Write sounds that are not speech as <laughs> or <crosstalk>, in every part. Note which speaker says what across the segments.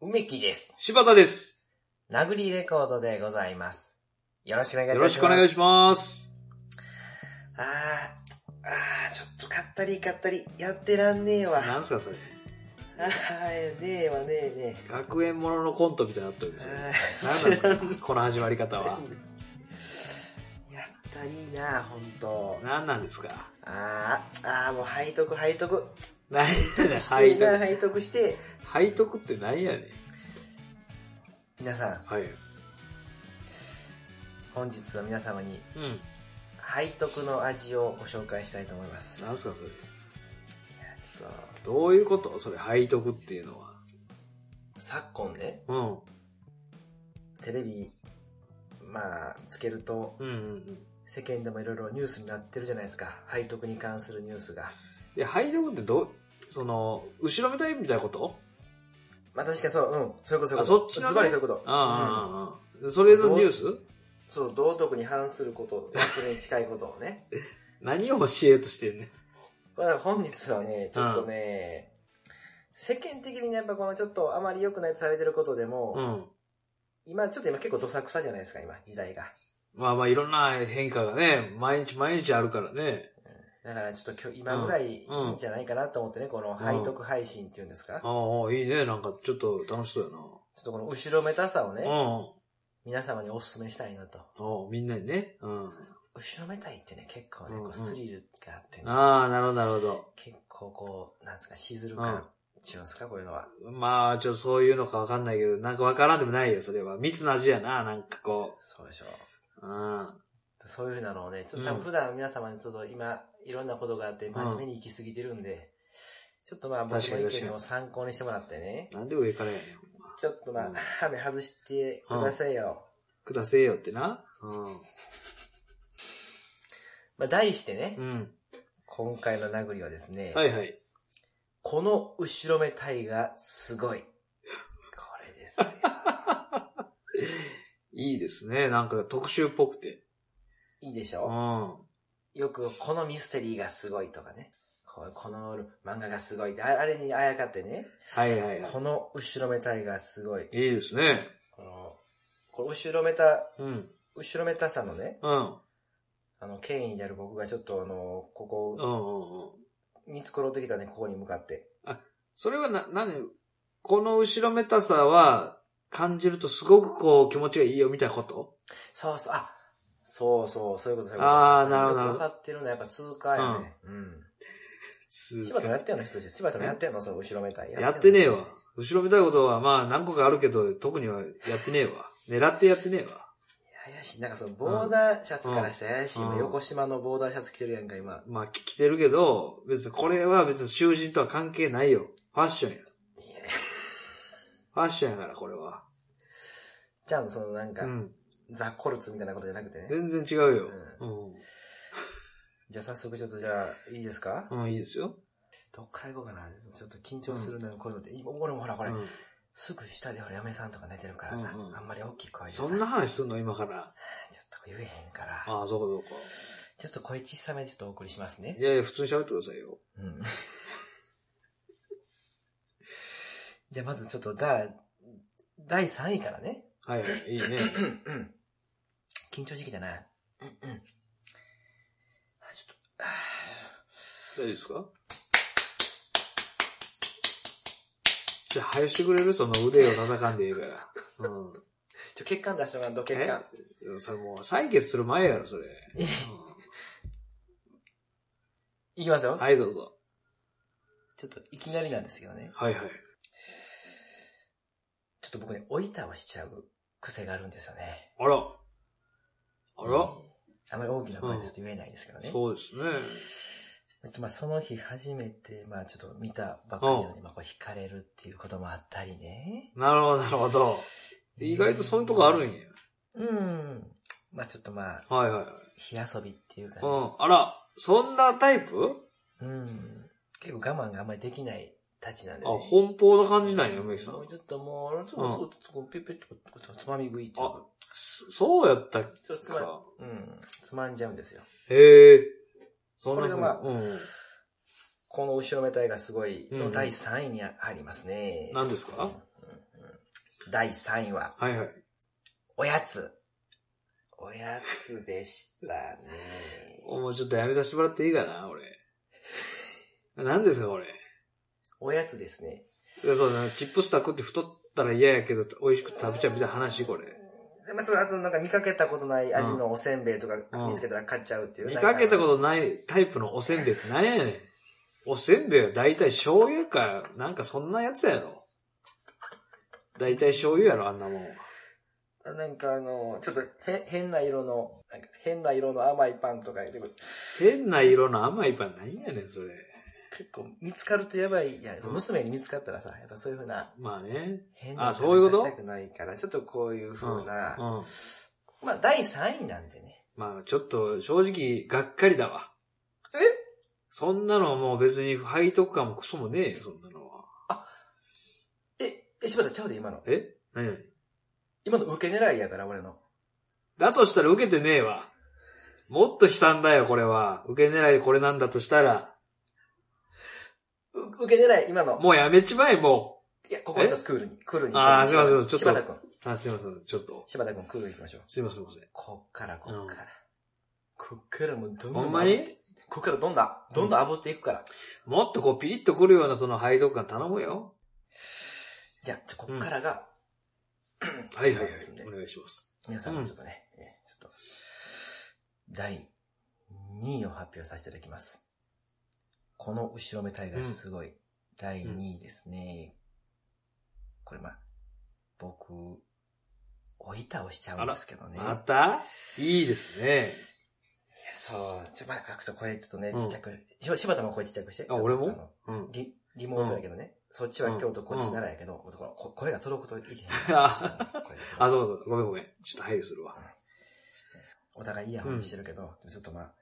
Speaker 1: 梅木です。
Speaker 2: 柴田です。
Speaker 1: 殴りレコードでございます。よろしくお願いいた
Speaker 2: よ
Speaker 1: し
Speaker 2: ろ
Speaker 1: ます。
Speaker 2: しくお願いします。
Speaker 1: あー、あー、ちょっと買ったり買ったり、やってらんねえわ。あ
Speaker 2: なんすかそれ。
Speaker 1: ー、ねえわねえねえ。
Speaker 2: 学園もののコントみたいになってるんですよ。
Speaker 1: あ
Speaker 2: なんなんです
Speaker 1: ー、
Speaker 2: かこの始まり方 <laughs> は。
Speaker 1: やったりーな、ほんと。
Speaker 2: なんなんですか
Speaker 1: あー、あー、もう背徳背徳。
Speaker 2: 何やねん、背
Speaker 1: みんな
Speaker 2: 徳。
Speaker 1: 背徳して、
Speaker 2: 背徳って何やねん。
Speaker 1: 皆さん、
Speaker 2: はい。
Speaker 1: 本日は皆様に
Speaker 2: うん。
Speaker 1: 背徳の味をご紹介したいと思います。
Speaker 2: なんすかそれ。
Speaker 1: ちょっと
Speaker 2: どういうことそれ、背徳っていうのは。
Speaker 1: 昨今ね、
Speaker 2: うん。
Speaker 1: テレビ、まあ、つけると、
Speaker 2: うんうんうん。
Speaker 1: 世間でもいろいろニュースになってるじゃないですか。背徳に関するニュースが。
Speaker 2: で、背徳ってどう、その、後ろめたいみたいなこと
Speaker 1: まあ確かにそう、うん、そういうこと、そういうこと。
Speaker 2: あそっちのね
Speaker 1: ズバリそういうこと。うん
Speaker 2: ああ、うん、それのニュース
Speaker 1: そう、道徳に反すること、道徳に近いことを
Speaker 2: <laughs>
Speaker 1: ね。
Speaker 2: 何を教えとしてんねん。
Speaker 1: これは本日はね、ちょっとね、世間的にね、やっぱこのちょっとあまり良くないとされてることでも、
Speaker 2: うん。
Speaker 1: 今、ちょっと今結構どさくさじゃないですか、今、時代が。
Speaker 2: まあまあいろんな変化がね、毎日毎日あるからね。
Speaker 1: だからちょっと今日、今ぐらいいいんじゃないかなと思ってね、この背徳配信っていうんですか。ちょ
Speaker 2: ああ、いいね。なんかちょっと楽しそう
Speaker 1: っとこの後ろめたさをね、
Speaker 2: やな。うん。
Speaker 1: 皆様にお勧めしたいなと。
Speaker 2: おうみんなにね。うん。
Speaker 1: 後ろめたいってね、結構ね、
Speaker 2: うんう
Speaker 1: こ
Speaker 2: ん
Speaker 1: うスリルがあってね、
Speaker 2: ああ、なるほど、なるほど。
Speaker 1: 結構こう、なんですか、しずる感、違うんですか、こういうのは。
Speaker 2: まあ、ちょっとそういうのかわかんないけど、なんかわからんでもないよ、それは。密な味やな、なんかこ
Speaker 1: そうでしょ
Speaker 2: う。うん。
Speaker 1: そういうふうなのをね、ちょっと多
Speaker 2: う
Speaker 1: 分
Speaker 2: ん
Speaker 1: 普段皆様にちょっと今、いろんなことがあって、真面目に行き過ぎてるんで、ちょっとまあ僕
Speaker 2: 確か
Speaker 1: の
Speaker 2: に
Speaker 1: 意
Speaker 2: 確かに
Speaker 1: 見を参考にしてもらってね、
Speaker 2: なんで上からやねん。
Speaker 1: ちょっとまあ、
Speaker 2: うん
Speaker 1: ハメ外してくださいよ。
Speaker 2: くだせえよってな。うん。
Speaker 1: まあ題してね、
Speaker 2: うん。
Speaker 1: 今回の殴りはですね、
Speaker 2: はいはい。
Speaker 1: この後ろめたいがすごい。これですよ。
Speaker 2: いいですね。なんか特集っぽくて。
Speaker 1: いいでし
Speaker 2: う
Speaker 1: ょ
Speaker 2: ん。
Speaker 1: よくこのミステリーがすごいとかね。こうこの漫画がすごいって、ああれにあやかってね、
Speaker 2: はいはいはい。
Speaker 1: この後ろめたいがすごい。
Speaker 2: いいですね。
Speaker 1: この、これ後ろめた、
Speaker 2: うん。
Speaker 1: 後ろめたさのね、
Speaker 2: うん。
Speaker 1: あの、権威である僕がちょっとあの、こ
Speaker 2: うん
Speaker 1: こ、
Speaker 2: うんうん。
Speaker 1: 見繕ってきたね、ここに向かって。
Speaker 2: それはな、なに、この後ろめたさは感じるとすごくこう気持ちがいいよみたいなこと
Speaker 1: そうそう、あそうそう、そういうこと、そういうこと。
Speaker 2: あーなるほどなるほど
Speaker 1: 分かってるんだ、やっぱ通過やね。うん。柴田もやってんの人たち。柴田もやってんのその後ろめたい。
Speaker 2: やってねえ
Speaker 1: よ
Speaker 2: わ。後ろめたいことはまあ何個かあるけど、特にはやってねえわ。 <laughs> 狙ってやってねえわ。
Speaker 1: 怪しい。なんかその、ボーダーシャツからして怪しい。
Speaker 2: うん
Speaker 1: 今横島のボーダーシャツ着てるやんか、今。
Speaker 2: まあき着てるけど、別にこれは別に囚人とは関係ないよ。ファッションや。
Speaker 1: いや
Speaker 2: ファッションやからこれは。
Speaker 1: ちゃんとそのなんか、
Speaker 2: うん。
Speaker 1: ザ・コルツみたいなことじゃなくてね。
Speaker 2: 全然違うよ。う
Speaker 1: じゃあ早速ちょっとじゃあ、いいですか、
Speaker 2: ん。うん、いいですよ。
Speaker 1: どっから行こうかな。ちょっと緊張するな、こういうのって。今俺もほら、これ、
Speaker 2: うん
Speaker 1: すぐ下でほら、嫁さんとか寝てるからさ、
Speaker 2: うんうん
Speaker 1: あんまり大きい声でさ、
Speaker 2: そんな話すんの今から。
Speaker 1: ちょっと言えへんから、
Speaker 2: ああ、そうかそうか。
Speaker 1: ちょっと声小さめでちょっとお送りしますね
Speaker 2: い。やいや、普通に喋ってくださいよ。
Speaker 1: うん。 <laughs> じゃあまずちょっとだ、第3位からね。
Speaker 2: はいはい、いいね。
Speaker 1: 緊張時期だな。うんうん。あ、ちょっと、あ
Speaker 2: 大丈夫ですかじゃあ、生やしてくれるその腕を叩かんでいいから。うん
Speaker 1: ーちょ、血管出してもらうと血管。
Speaker 2: え。それもう、採血する前やろ、それ。
Speaker 1: え
Speaker 2: う
Speaker 1: いきますよ。
Speaker 2: んはい、どうぞ。
Speaker 1: ちょっといきなりなんですけどね。
Speaker 2: はいはい。
Speaker 1: ちょっと僕ね、おいたをしちゃう癖があるんですよね。
Speaker 2: あら。あら、
Speaker 1: あまり大きな声ですと言えないですけどね。
Speaker 2: そうですね。
Speaker 1: ちょっとまあその日初めて、まあちょっと見たばっかりなのに、まあこう惹かれるっていうこともあったりね。
Speaker 2: なるほど、なるほど。意外とそういうとこあるんや。
Speaker 1: うん。まあちょっとまあ、
Speaker 2: はいはいはい。
Speaker 1: 火遊びっていうか
Speaker 2: う
Speaker 1: ね、
Speaker 2: ん。あら、そんなタイプ
Speaker 1: うん。結構我慢があんまりできないたちなんで、
Speaker 2: あ、
Speaker 1: ね。
Speaker 2: 奔放な感じなんや、梅木さん
Speaker 1: も。うちょっともう、ちょっと、ちょっと、ピュッピュッとこう、つまみ食いっていう
Speaker 2: あ、そそうやったっ
Speaker 1: ちょっとつま、
Speaker 2: か。
Speaker 1: うん、つまんじゃうんですよ。
Speaker 2: へえ。そんな
Speaker 1: これがまあ
Speaker 2: うん。
Speaker 1: この後ろめたいがすごい
Speaker 2: うんう
Speaker 1: の
Speaker 2: ん
Speaker 1: 第3位にありますね。
Speaker 2: 何ですか
Speaker 1: うんうん第3位は、
Speaker 2: はいはい。
Speaker 1: おやつ。おやつでしたね。
Speaker 2: <laughs> もうちょっとやめさせてもらっていいかな、俺。 <laughs> 何ですか、これ。
Speaker 1: おやつですね。
Speaker 2: そうだな、チップスター食って太ったら嫌やけど、美味しく食べちゃうみたいな話、これ。
Speaker 1: でまあ、そうあとなんか見かけたことない味のおせんべいとか
Speaker 2: うん
Speaker 1: 見つけたら買っちゃうっていう。。
Speaker 2: 見かけたこととないタイプのおせんべいって何やねん。おせんべいは大体醤油か、なんかそんなやつやろ。大体醤油やろ、あんなもんは。
Speaker 1: なんかあの、ちょっとへ変な色の、なんか変な色の甘いパンとか、でも
Speaker 2: 変な色の甘いパン何やねん、それ。
Speaker 1: 結構見つかるとやばいやん。
Speaker 2: うん
Speaker 1: 娘に見つかったらさ、やっぱそういうふうな
Speaker 2: まあね。
Speaker 1: 変な
Speaker 2: あそういうこ
Speaker 1: 食
Speaker 2: と
Speaker 1: べさせたくないから、ちょっとこういうふうな、
Speaker 2: うん。
Speaker 1: まあ第3位なんでね。
Speaker 2: まあちょっと正直、がっかりだわ。
Speaker 1: え
Speaker 2: そんなのもう別に背徳感もクソもねえよ、そんなのは。
Speaker 1: え、え、柴田ちゃうで今の。
Speaker 2: え何々
Speaker 1: 今の受け狙いやから、俺の。
Speaker 2: だとしたら受けてねえわ。もっと悲惨だよ、これは。受け狙いでこれなんだとしたら。
Speaker 1: う受け狙い、今の。
Speaker 2: もうやめちまえ、も
Speaker 1: いや、ここは一つクールに、クールに。
Speaker 2: あー
Speaker 1: クールに
Speaker 2: すいませんちょっと
Speaker 1: 柴田君、
Speaker 2: う。あ、すいません、ちょっと。
Speaker 1: 柴田君、クールに行きましょう。
Speaker 2: すいません、すいません。
Speaker 1: こっから、こっから。こっからもうどんどん。
Speaker 2: ほんまに
Speaker 1: こっからどんどん、どんどん炙っていくから。
Speaker 2: もっとこうピリッとくるようなその背徳感頼むよ。
Speaker 1: じゃあ、ちょこっからが、
Speaker 2: はいはいはい
Speaker 1: ですんで。
Speaker 2: お願いします。
Speaker 1: 皆さんもちょっとね、えーちょっと、第2位を発表させていただきます。この後ろめたいがすごい。第2位ですね。これまあ、僕、お板をしちゃうんですけどね。
Speaker 2: またいいですね。
Speaker 1: いやそう、ちょ、まあ、書くと声ちょっとね、
Speaker 2: うん
Speaker 1: ちっちゃく、しば柴田も声ちっちゃくして。
Speaker 2: あ俺も
Speaker 1: ちょっとあの
Speaker 2: うん。
Speaker 1: リリモートやけどね。そっちは京都、こっち奈良やけど、このこ声が届くといけへん。
Speaker 2: <laughs> あ
Speaker 1: 声が届く
Speaker 2: あ、そうそう、ごめんごめん。ちょっと配慮するわ。
Speaker 1: お互いイヤホンしてるけど、ちょっとまあ、ま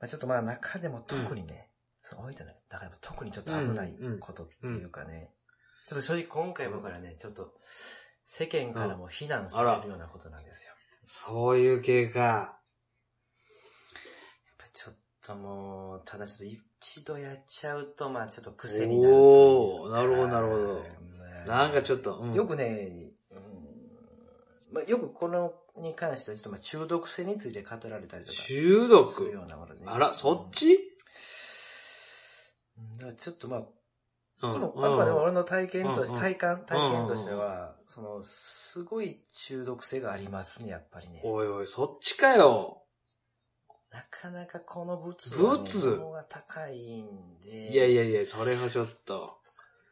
Speaker 1: あちょっとまあ中でも特にね、その大分の中でも特にちょっと危ない
Speaker 2: うんうん
Speaker 1: ことっていうかね、ちょっと正直今回僕らね、ちょっと世間からも非難されるようなことなんですよ。
Speaker 2: そういう系か。
Speaker 1: やっぱちょっともう、ただちょっと一度やっちゃうと、まあちょっと癖になるという
Speaker 2: おー、
Speaker 1: か。
Speaker 2: なるほど、なるほど。なんかちょっと、うん。
Speaker 1: よくね、うんまあ、よくこのに関してはちょっとまあ中毒性について語られたりとか。
Speaker 2: 中
Speaker 1: する
Speaker 2: 毒
Speaker 1: よ。うなものね。
Speaker 2: あら、そっち
Speaker 1: うんだからちょっとまあ、
Speaker 2: うん
Speaker 1: この、
Speaker 2: うん
Speaker 1: あくまでも俺の体験とし
Speaker 2: うん
Speaker 1: て、
Speaker 2: うん
Speaker 1: 体感、体験としては、その、すごい中毒性がありますね、やっぱりね。
Speaker 2: おいおい、そっちかよ。
Speaker 1: なかなかこのブツはね、
Speaker 2: ブツ
Speaker 1: 物が高いんで、
Speaker 2: いやいやいや、それはちょっと。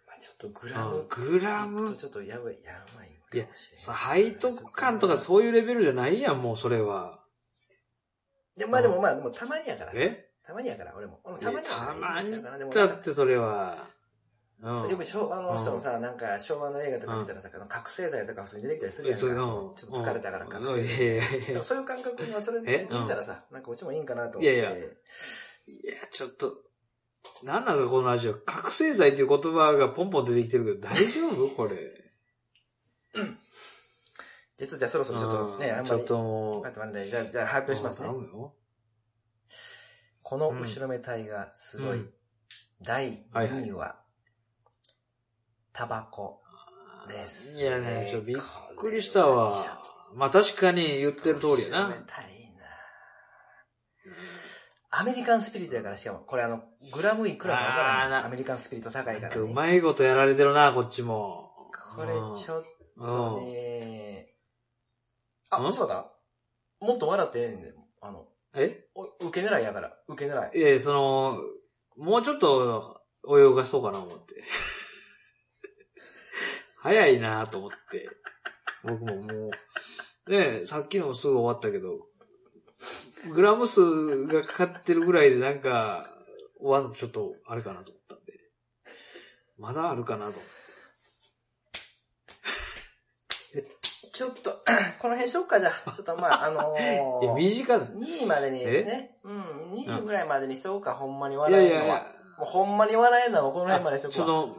Speaker 1: まあちょっとグ
Speaker 2: う
Speaker 1: ラム
Speaker 2: ん、、グラム
Speaker 1: ちょっとやばい、やばいかもし
Speaker 2: い
Speaker 1: れ
Speaker 2: や
Speaker 1: ない。
Speaker 2: そう背徳感とか
Speaker 1: う。
Speaker 2: そういうレベルじゃないやん、もうそれは。
Speaker 1: でまあでもまあ、でもたまにやからさ
Speaker 2: え
Speaker 1: たまにやから、俺も。俺も
Speaker 2: た
Speaker 1: たま
Speaker 2: ま
Speaker 1: にやから
Speaker 2: に
Speaker 1: いいんちゃうかなでも
Speaker 2: だってそれは。うん。
Speaker 1: よく昭和の人もさ、なんか昭和の映画とか見たらさ、あの覚醒剤とか普通に出てきたりする
Speaker 2: え
Speaker 1: じ
Speaker 2: そ
Speaker 1: ゃ
Speaker 2: れ
Speaker 1: ない
Speaker 2: うん
Speaker 1: か。そのちょっと疲れたから覚
Speaker 2: う
Speaker 1: 醒
Speaker 2: んい
Speaker 1: 剤
Speaker 2: や。いやい
Speaker 1: で
Speaker 2: や
Speaker 1: も
Speaker 2: <laughs>
Speaker 1: そういう感覚はそれ
Speaker 2: えうん
Speaker 1: 見たらさ、なんかうちもいいんかなと思っ
Speaker 2: い
Speaker 1: て。
Speaker 2: やいやいや、ちょっと。なんなんですか、このラジオ。覚醒剤っていう言葉がポンポン出てきてるけど、大丈夫これ。
Speaker 1: じゃあちょっとじゃあそろそろちょっとね、
Speaker 2: うん
Speaker 1: あん
Speaker 2: ち
Speaker 1: ま
Speaker 2: ょ
Speaker 1: り。
Speaker 2: っとも
Speaker 1: あ
Speaker 2: う。
Speaker 1: とあれだじゃあ、じゃあ発表しますね
Speaker 2: 頼。むよ。
Speaker 1: この後ろめたいがすごい。
Speaker 2: うん
Speaker 1: 第
Speaker 2: はいは
Speaker 1: 2位は、タバコです、
Speaker 2: いやね、ちょっとびっくりしたわ。まあ確かに言ってる通り
Speaker 1: 後
Speaker 2: や
Speaker 1: ろめ
Speaker 2: な。
Speaker 1: たいなアメリカンスピリットやから、しかも、これあの、グラムいくらかわから
Speaker 2: あー
Speaker 1: ない。
Speaker 2: な
Speaker 1: アメリカンスピリット高いか
Speaker 2: なん
Speaker 1: ら、
Speaker 2: か
Speaker 1: ね。
Speaker 2: うまいことやられてるな、こっちも。
Speaker 1: これちょっ
Speaker 2: うん
Speaker 1: と
Speaker 2: うん。
Speaker 1: ね、
Speaker 2: うん
Speaker 1: あ、そうだ。もっと笑ってええねんで、あの、
Speaker 2: え
Speaker 1: お受け狙いやから、受け狙い。
Speaker 2: いや、その、もうちょっと泳がそうかな思って。 <laughs> 早いなと思って。僕ももう、ねえさっきのもすぐ終わったけど、グラム数がかかってるぐらいでなんか、終わるのちょっとあれかなと思ったんで。まだあるかなと。
Speaker 1: ちょっと、 <clears throat> この辺しよっか、じゃ
Speaker 2: <laughs>
Speaker 1: あ。ちょっとまあ、あの
Speaker 2: いや、
Speaker 1: ー、
Speaker 2: 短い。
Speaker 1: 2位までに
Speaker 2: え
Speaker 1: ね、うん、2位ぐらいまでにしとこうか、ほんまに
Speaker 2: い
Speaker 1: 笑
Speaker 2: やい
Speaker 1: える
Speaker 2: やい
Speaker 1: のは。
Speaker 2: や。
Speaker 1: もうほんまに笑えるのはこの辺までしとこ
Speaker 2: そう
Speaker 1: わ。
Speaker 2: の、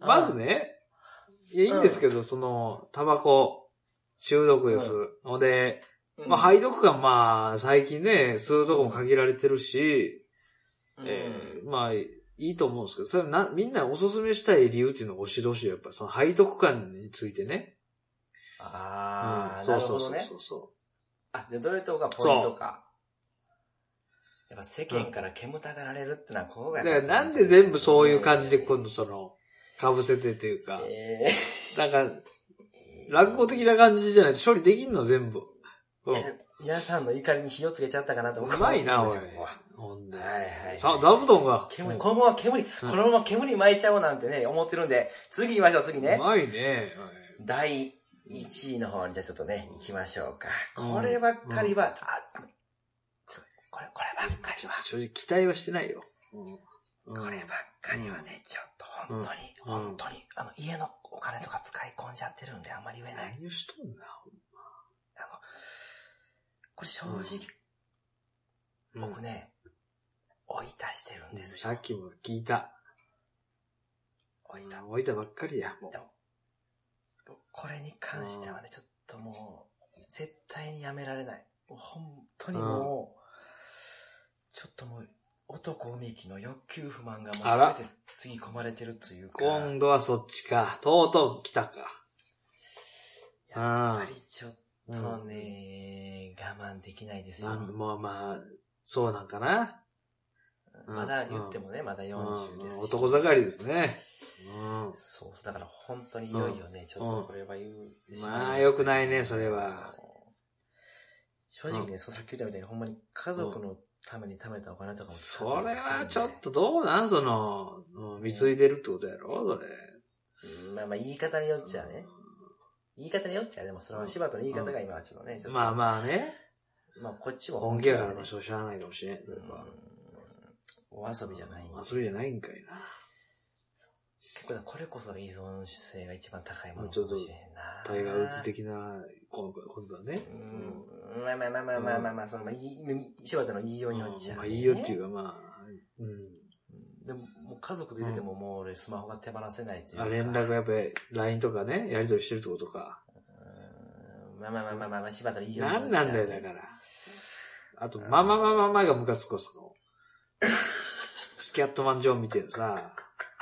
Speaker 2: まずね、いや、いいんですけど、その、タバコ、中毒です。ので、
Speaker 1: うん
Speaker 2: まあ、背徳感、まあ、最近ね、吸うとこも限られてるし、
Speaker 1: うん
Speaker 2: えーまあ、いいと思うんですけど、それな、みんなおすすめしたい理由っていうのを教えてほしい。やっぱ、その背徳感についてね。
Speaker 1: あ
Speaker 2: う
Speaker 1: あ、な
Speaker 2: んそう
Speaker 1: る
Speaker 2: そ
Speaker 1: ほ
Speaker 2: う
Speaker 1: どね。
Speaker 2: そうそ
Speaker 1: あ、で、どれとがポイントか。やっぱ世間から煙たがられるってのはこう
Speaker 2: う。
Speaker 1: が
Speaker 2: だからなんで全部そういう感じで今度その、被せてというか、
Speaker 1: え
Speaker 2: なんか、
Speaker 1: ー
Speaker 2: 落語的な感じじゃないと処理できんの全部。うん。
Speaker 1: 皆さんの怒りに火をつけちゃったかなと
Speaker 2: う
Speaker 1: 僕は
Speaker 2: まいな、
Speaker 1: 思っ
Speaker 2: おい
Speaker 1: てますよ。
Speaker 2: ほんで。
Speaker 1: はいはいはい。
Speaker 2: さ、座布団が。
Speaker 1: 煙、このまま煙、このまま煙巻いちゃおうなんてね、思ってるんで、次行きましょう、次ね
Speaker 2: う。まいね。はい
Speaker 1: 第1位の方にじゃあちょっとね、行きましょうか。こればっかりは、あ、これ、こればっかりは、
Speaker 2: 正直期待はしてないよ。うん
Speaker 1: こればっかりはね、ちょっと本当に、
Speaker 2: うん
Speaker 1: 本当に、あの、家のお金とか使い込んじゃってるんであんまり言えない。
Speaker 2: 何をしとんな。
Speaker 1: あの、これ正直、僕
Speaker 2: ね、
Speaker 1: ね、追い足してるんです
Speaker 2: さ
Speaker 1: よ。
Speaker 2: っきも聞いた。
Speaker 1: 追い足。
Speaker 2: 置いたばっかりや、もう
Speaker 1: で。も、これに関してはね、ちょっともう、絶対にやめられない。もう本当にもう、ちょっともう、男海きの欲求不満がも
Speaker 2: あら
Speaker 1: う全てつぎ込まれてるというか、や
Speaker 2: 今度はそっちか。とうとう来たか。
Speaker 1: っぱ
Speaker 2: あ
Speaker 1: りちょっ
Speaker 2: あ。
Speaker 1: とね、我慢できないです
Speaker 2: まあ
Speaker 1: よ。
Speaker 2: まあまあ、そうなんかな。うん
Speaker 1: まだ言ってもね、まだ40です
Speaker 2: う
Speaker 1: し。
Speaker 2: ん男盛りですね。
Speaker 1: そうそう、だから本当にいよいよね、ちょっとこれは言うてし
Speaker 2: ま
Speaker 1: ま
Speaker 2: あ
Speaker 1: いましたけど
Speaker 2: 良くないねそれは。
Speaker 1: 正直ね、そうさっき言ったみたいに、ほんまに家族のために貯めたお金とかも使っ
Speaker 2: そ
Speaker 1: たりと
Speaker 2: れ
Speaker 1: かしてるん
Speaker 2: は
Speaker 1: で
Speaker 2: ちょっ。とどうなんその、うん貢いでるってことやろそれ。
Speaker 1: うんまあまあ言い方によっちゃね。言い方によっちゃ、でもその柴田の言い方が今はちょっとね、ちょっと
Speaker 2: まあまあね。
Speaker 1: まあこっちも
Speaker 2: 本気
Speaker 1: 気
Speaker 2: や
Speaker 1: だ
Speaker 2: か
Speaker 1: からら
Speaker 2: ま
Speaker 1: ね
Speaker 2: あそうしゃあないかもしれん。それは
Speaker 1: うんお遊びじゃない。
Speaker 2: まあそれじゃないんかいな。
Speaker 1: 結構だこれこそ依存性が一番高いもの
Speaker 2: まあ
Speaker 1: か
Speaker 2: ちょっと
Speaker 1: もしれんな。
Speaker 2: タイガーウッズ的な、今度今度はね。
Speaker 1: うんまあまあまあまあまあまあまあ、その、まあ、いい柴田の言いようによっちゃ、
Speaker 2: まあいいよっていうかまあ、うん。
Speaker 1: でも、もう家族で出てももう俺スマホが手放せないというか。
Speaker 2: あ連絡やっぱり LINE とかね、やり取りしてるってことか。
Speaker 1: うん。まあまあまあまあまあまあ、柴田の言いようによっ
Speaker 2: なん
Speaker 1: ちゃ
Speaker 2: なんだよ、だから。あと、まあまあまあまあまあがムカつこその。スキャットマンジョン見てるさ。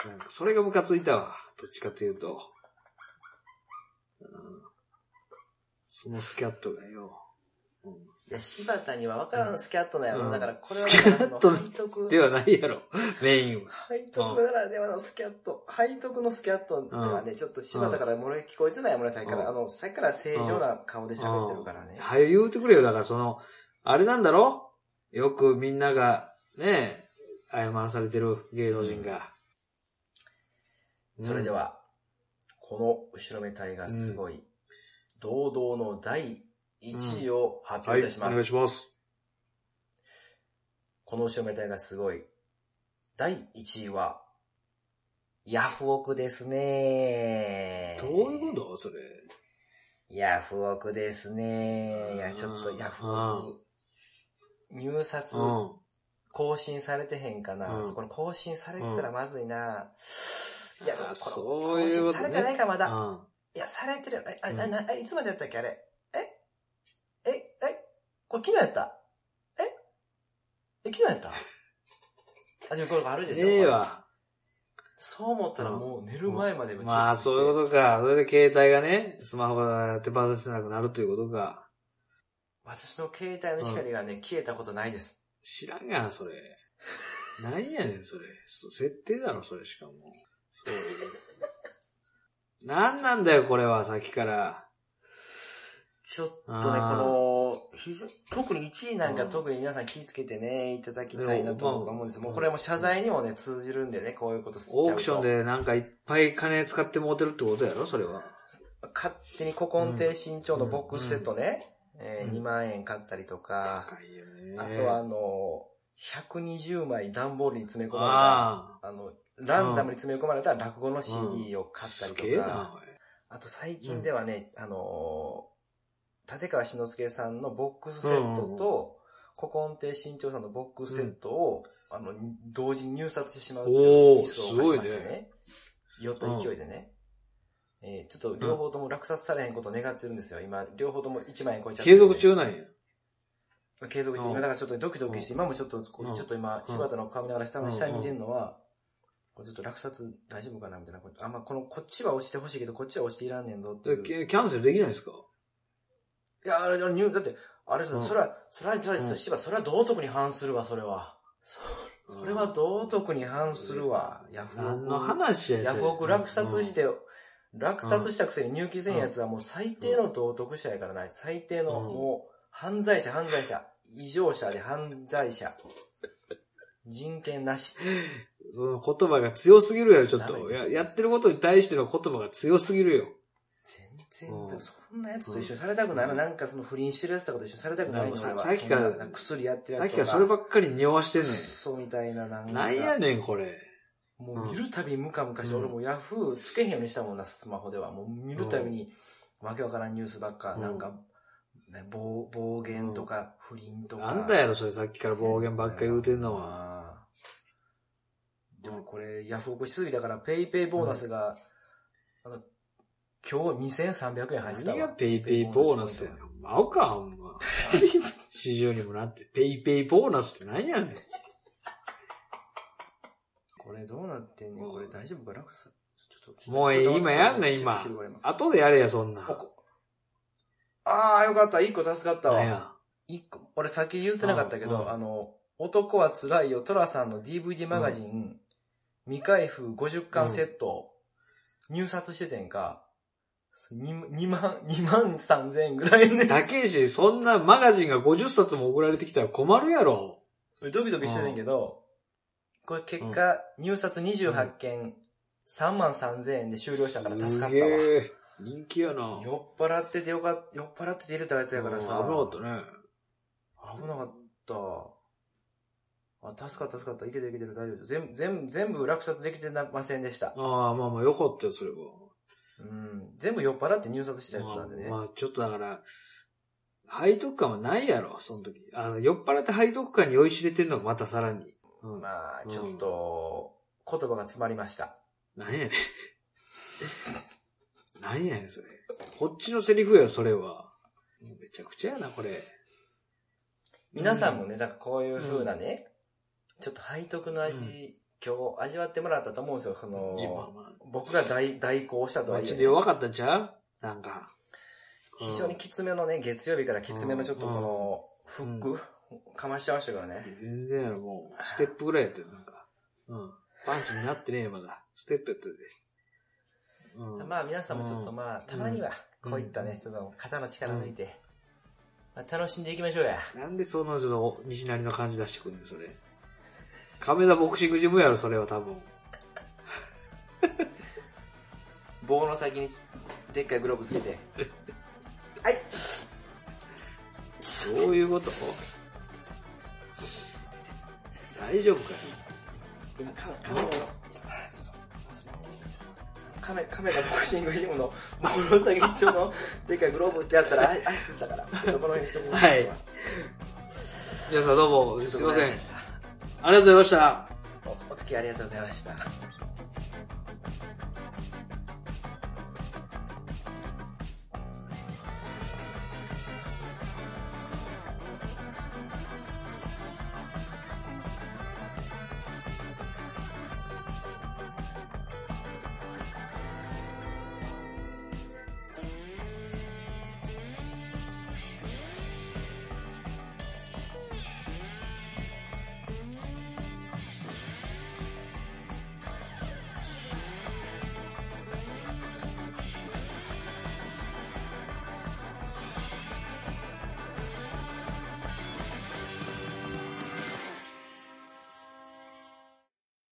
Speaker 2: なんかそれがムカついたわ。どっちかというと。うんそのスキャットがよ。う
Speaker 1: いや、柴田には分からんスキャットだよ。
Speaker 2: うん
Speaker 1: だからこれは、
Speaker 2: スキャット
Speaker 1: 背徳
Speaker 2: ん、ではないやろ、メインは。
Speaker 1: 背徳ならではのスキャット。背徳のスキャットではね、ちょっと柴田から漏れ聞こえてないよ、俺さっきから。
Speaker 2: うん
Speaker 1: あの、さっきから正常な顔で喋ってるからね。
Speaker 2: はよ言うてくれよ。だからその、あれなんだろよくみんなが、ね、謝らされてる芸能人が。
Speaker 1: それで
Speaker 2: うん。
Speaker 1: は、この後ろめたいがすごい、堂々の第1位を発
Speaker 2: は
Speaker 1: 表
Speaker 2: い、
Speaker 1: いたし
Speaker 2: お
Speaker 1: ます。
Speaker 2: 願いします。
Speaker 1: この後ろめたいがすごい、第1位は、ヤフオクですね。
Speaker 2: どういうことそれ。
Speaker 1: ヤフオクですね。いや、
Speaker 2: うん
Speaker 1: ちょっとヤフオク、入札
Speaker 2: うん。
Speaker 1: 更新されてへんかな。
Speaker 2: うん
Speaker 1: これ更新されてたらまずいな。いや、
Speaker 2: あ
Speaker 1: これ
Speaker 2: そういうこと
Speaker 1: 更
Speaker 2: ね
Speaker 1: 新されてないかまだ。
Speaker 2: うん
Speaker 1: いや、されてる。え、あれ、
Speaker 2: うん
Speaker 1: あなあれいつまでやったっけあれ。ええ、え、これ昨日やったええ、昨日やったあ、でもこれあるでしょ
Speaker 2: ええ。わ。
Speaker 1: そう思ったらもう寝る前までも
Speaker 2: まあ、そういう
Speaker 1: と。
Speaker 2: ことか。それで携帯がね、スマホが手放せなくなるということか。
Speaker 1: 私の携帯の光がね、消えたことないです。
Speaker 2: 知らんがな、それ。なんやねん、それ。そ設定だろ、それしかも。そう <laughs> いう。なんなんだよ、これは、さっきから。
Speaker 1: ちょっとね、こ
Speaker 2: あー
Speaker 1: の、非常特に1位なんか
Speaker 2: うん
Speaker 1: 特に皆さん気をつけてね、いただきたいなと僕は思うんですよ。
Speaker 2: で
Speaker 1: も
Speaker 2: も
Speaker 1: うこれはもう謝罪にもね、通じるんでね、こういうことしちゃうと
Speaker 2: オークションでなんかいっぱい金使ってもうてるってことやろ、それは。
Speaker 1: 勝手に古今亭新潮のボックスセットね、えー
Speaker 2: うん
Speaker 1: 2万円買ったりとか、
Speaker 2: 高いよね。
Speaker 1: あとはあ、の、120枚段ボールに詰め込ま
Speaker 2: あ
Speaker 1: れた、あの、ランダムに詰め込まれた落語の CD を
Speaker 2: あ、
Speaker 1: 買った
Speaker 2: す
Speaker 1: り
Speaker 2: げえ
Speaker 1: と
Speaker 2: な
Speaker 1: か、、あと最近ではね、あのー、立川志の輔さんのボックスセットと、古今亭新潮さんのボックスセットを、あの、に同時に入札してしまうっていう
Speaker 2: おー
Speaker 1: ミスを犯しまし
Speaker 2: す
Speaker 1: た
Speaker 2: ごい
Speaker 1: ね。酔った勢いでね。えーちょっと両方とも落札されへんことを願ってるんですよ。今、両方とも1万円超えちゃってる
Speaker 2: おい。
Speaker 1: ん
Speaker 2: 継
Speaker 1: で。
Speaker 2: 続中なんや。
Speaker 1: 継続中。
Speaker 2: うん
Speaker 1: 今だからちょっとドキドキして、
Speaker 2: うん
Speaker 1: 今もちょっとこう、
Speaker 2: うん
Speaker 1: ちょっと今、柴田の顔見ながら下の下に見てるのは、これちょっと落札大丈夫かなみたいなこと。あ、まあ、この、こっちは押してほしいけど、こっちは押していらんねんぞってい
Speaker 2: だから
Speaker 1: う。
Speaker 2: キャキャンセルできないですか
Speaker 1: いや、あれ、あれ入だって、あれさ、
Speaker 2: うん
Speaker 1: それは、それは、それ
Speaker 2: う
Speaker 1: は、
Speaker 2: ん
Speaker 1: 芝、それは道徳に反するわ、それは。そそれは道徳に反するわ。ヤフオ
Speaker 2: 何の
Speaker 1: ク。
Speaker 2: 話や
Speaker 1: ヤフオク落札し、て、落札したくせに入記せんやつはもう最低の道徳者やからな。最低の、
Speaker 2: うん
Speaker 1: もう、犯罪者、犯罪者。異常者で犯罪者。人権なし。
Speaker 2: それその言葉が強すぎるやろ、ちょっ
Speaker 1: ダメ
Speaker 2: と。
Speaker 1: で
Speaker 2: や
Speaker 1: す
Speaker 2: やってることに対しての言葉が強すぎるよ。
Speaker 1: 全
Speaker 2: うん
Speaker 1: 然だ、そんなやつと一緒にされたくないな。
Speaker 2: うん
Speaker 1: なんかその不倫してるやつとかと一緒にされたくないの
Speaker 2: なんか
Speaker 1: 俺は
Speaker 2: さっきから
Speaker 1: そんな薬やってる
Speaker 2: さ
Speaker 1: や
Speaker 2: っ
Speaker 1: つ
Speaker 2: き
Speaker 1: と
Speaker 2: か
Speaker 1: から
Speaker 2: それば
Speaker 1: っ
Speaker 2: っかり匂わしてんね
Speaker 1: クソみたいな、なん
Speaker 2: ん。
Speaker 1: か。
Speaker 2: なんやねん、これ。
Speaker 1: もう見るたびにムカムカして、俺もうヤフーつけへんようにしたもんな、スマホでは。もう見るたびに、わけわからんニュースばっか、
Speaker 2: うん
Speaker 1: なんか、ね、暴暴言とか、不倫とか。
Speaker 2: あんたやろ、それさっきから暴言ばっかり言うてんのは。
Speaker 1: は。でもこれ、ヤフオクしすぎだから、ペイペイボーナスが、あの、今日2300円入ってたわ。
Speaker 2: 何がペイペイボーナスやねん。青か、ほんま。市場にもなって。ペイペイボーナスって何やねん。
Speaker 1: これどうなってんねん、これ大丈夫かなちょっとちょっと
Speaker 2: もうええ
Speaker 1: ちょっと
Speaker 2: 今や
Speaker 1: ちょっ
Speaker 2: んな
Speaker 1: と
Speaker 2: 今
Speaker 1: 広がります
Speaker 2: 後でやれや、そんなん。
Speaker 1: おこああ、よかった。一個助かったわ。
Speaker 2: 何や。
Speaker 1: 一個、俺先言ってなかったけど、
Speaker 2: うん
Speaker 1: あの、男は辛いよ、トラさんの DVD マガジン、未開封50巻セット、入札しててんか、2, 万、2万3000円ぐらいね。
Speaker 2: たけし、そんなマガジンが50冊も送られてきたら困るやろ。
Speaker 1: <laughs> ドキドキしててんけど、これ結果、入札28件、3万3000円で終了したから助かったわ。
Speaker 2: す
Speaker 1: 酔
Speaker 2: げえ人気やな。うん
Speaker 1: っ払っててよかっ酔っ払ってて入れたやつ
Speaker 2: 危
Speaker 1: や
Speaker 2: な
Speaker 1: からさ。
Speaker 2: かったね。
Speaker 1: 危なかった。あ、助かった助かった。いけてるいけてる大丈夫。全部、全部、全部落札できてなませんでした。
Speaker 2: ああ、まあまあよかったよ、それは。
Speaker 1: うん。全部酔っ払って入札したやつ
Speaker 2: ま
Speaker 1: な
Speaker 2: あ
Speaker 1: んでね。
Speaker 2: まあちょっとだから、背徳感はないやろ、その時。あの、酔っ払って背徳感に酔いしれてんのがまたさらに。うん。
Speaker 1: まあ、ちょっと、言葉が詰まりました。
Speaker 2: なんやねん。 <laughs> なんやねん、それ。こっちのセリフやろ、それは。もうめちゃくちゃやな、これ。
Speaker 1: 皆さんもね、なんかこういう風なね、ちょっと背徳の味、
Speaker 2: うん
Speaker 1: 今日味わってもらったと思うんですよ。そ
Speaker 2: うん、まあ
Speaker 1: の、
Speaker 2: まあ
Speaker 1: 僕が代代行したと
Speaker 2: ま
Speaker 1: は
Speaker 2: あ
Speaker 1: い
Speaker 2: ちょっと
Speaker 1: え、
Speaker 2: 弱かったんちゃうなんか。うん
Speaker 1: 非常にきつめのね、月曜日からきつめのちょっとこの、フック、かましてましたからね。
Speaker 2: 全然やろ、もう。ステップぐらいやったよ、なんか。うん。パンチになってねえ、まだ。ステップやったで。うん。
Speaker 1: まあ皆さんもちょっと
Speaker 2: うん
Speaker 1: まあ、たまにはこういった
Speaker 2: う
Speaker 1: ね
Speaker 2: ん、
Speaker 1: その肩の力抜いて、まあ、楽しんでいきましょうや。
Speaker 2: なんでその、その、西成の感じ出してくんの、それ。亀田ボクシングジムやろ、それは多分。
Speaker 1: 棒の先にでっかいグローブつけて。はい。
Speaker 2: どういうこと大丈夫かよ。
Speaker 1: 今カメ、カメの、カメ、カメがボクシングジムの棒の先にちょうどでっかいグローブってやったらあ足つったから、ちょっとこの辺にしときましょう
Speaker 2: はい皆さんどうも、
Speaker 1: ちょっ
Speaker 2: すい
Speaker 1: とご
Speaker 2: ま
Speaker 1: め
Speaker 2: せ
Speaker 1: んな。さい
Speaker 2: ん
Speaker 1: でした
Speaker 2: ありがとうございました。
Speaker 1: おお付き合いありがとうございました。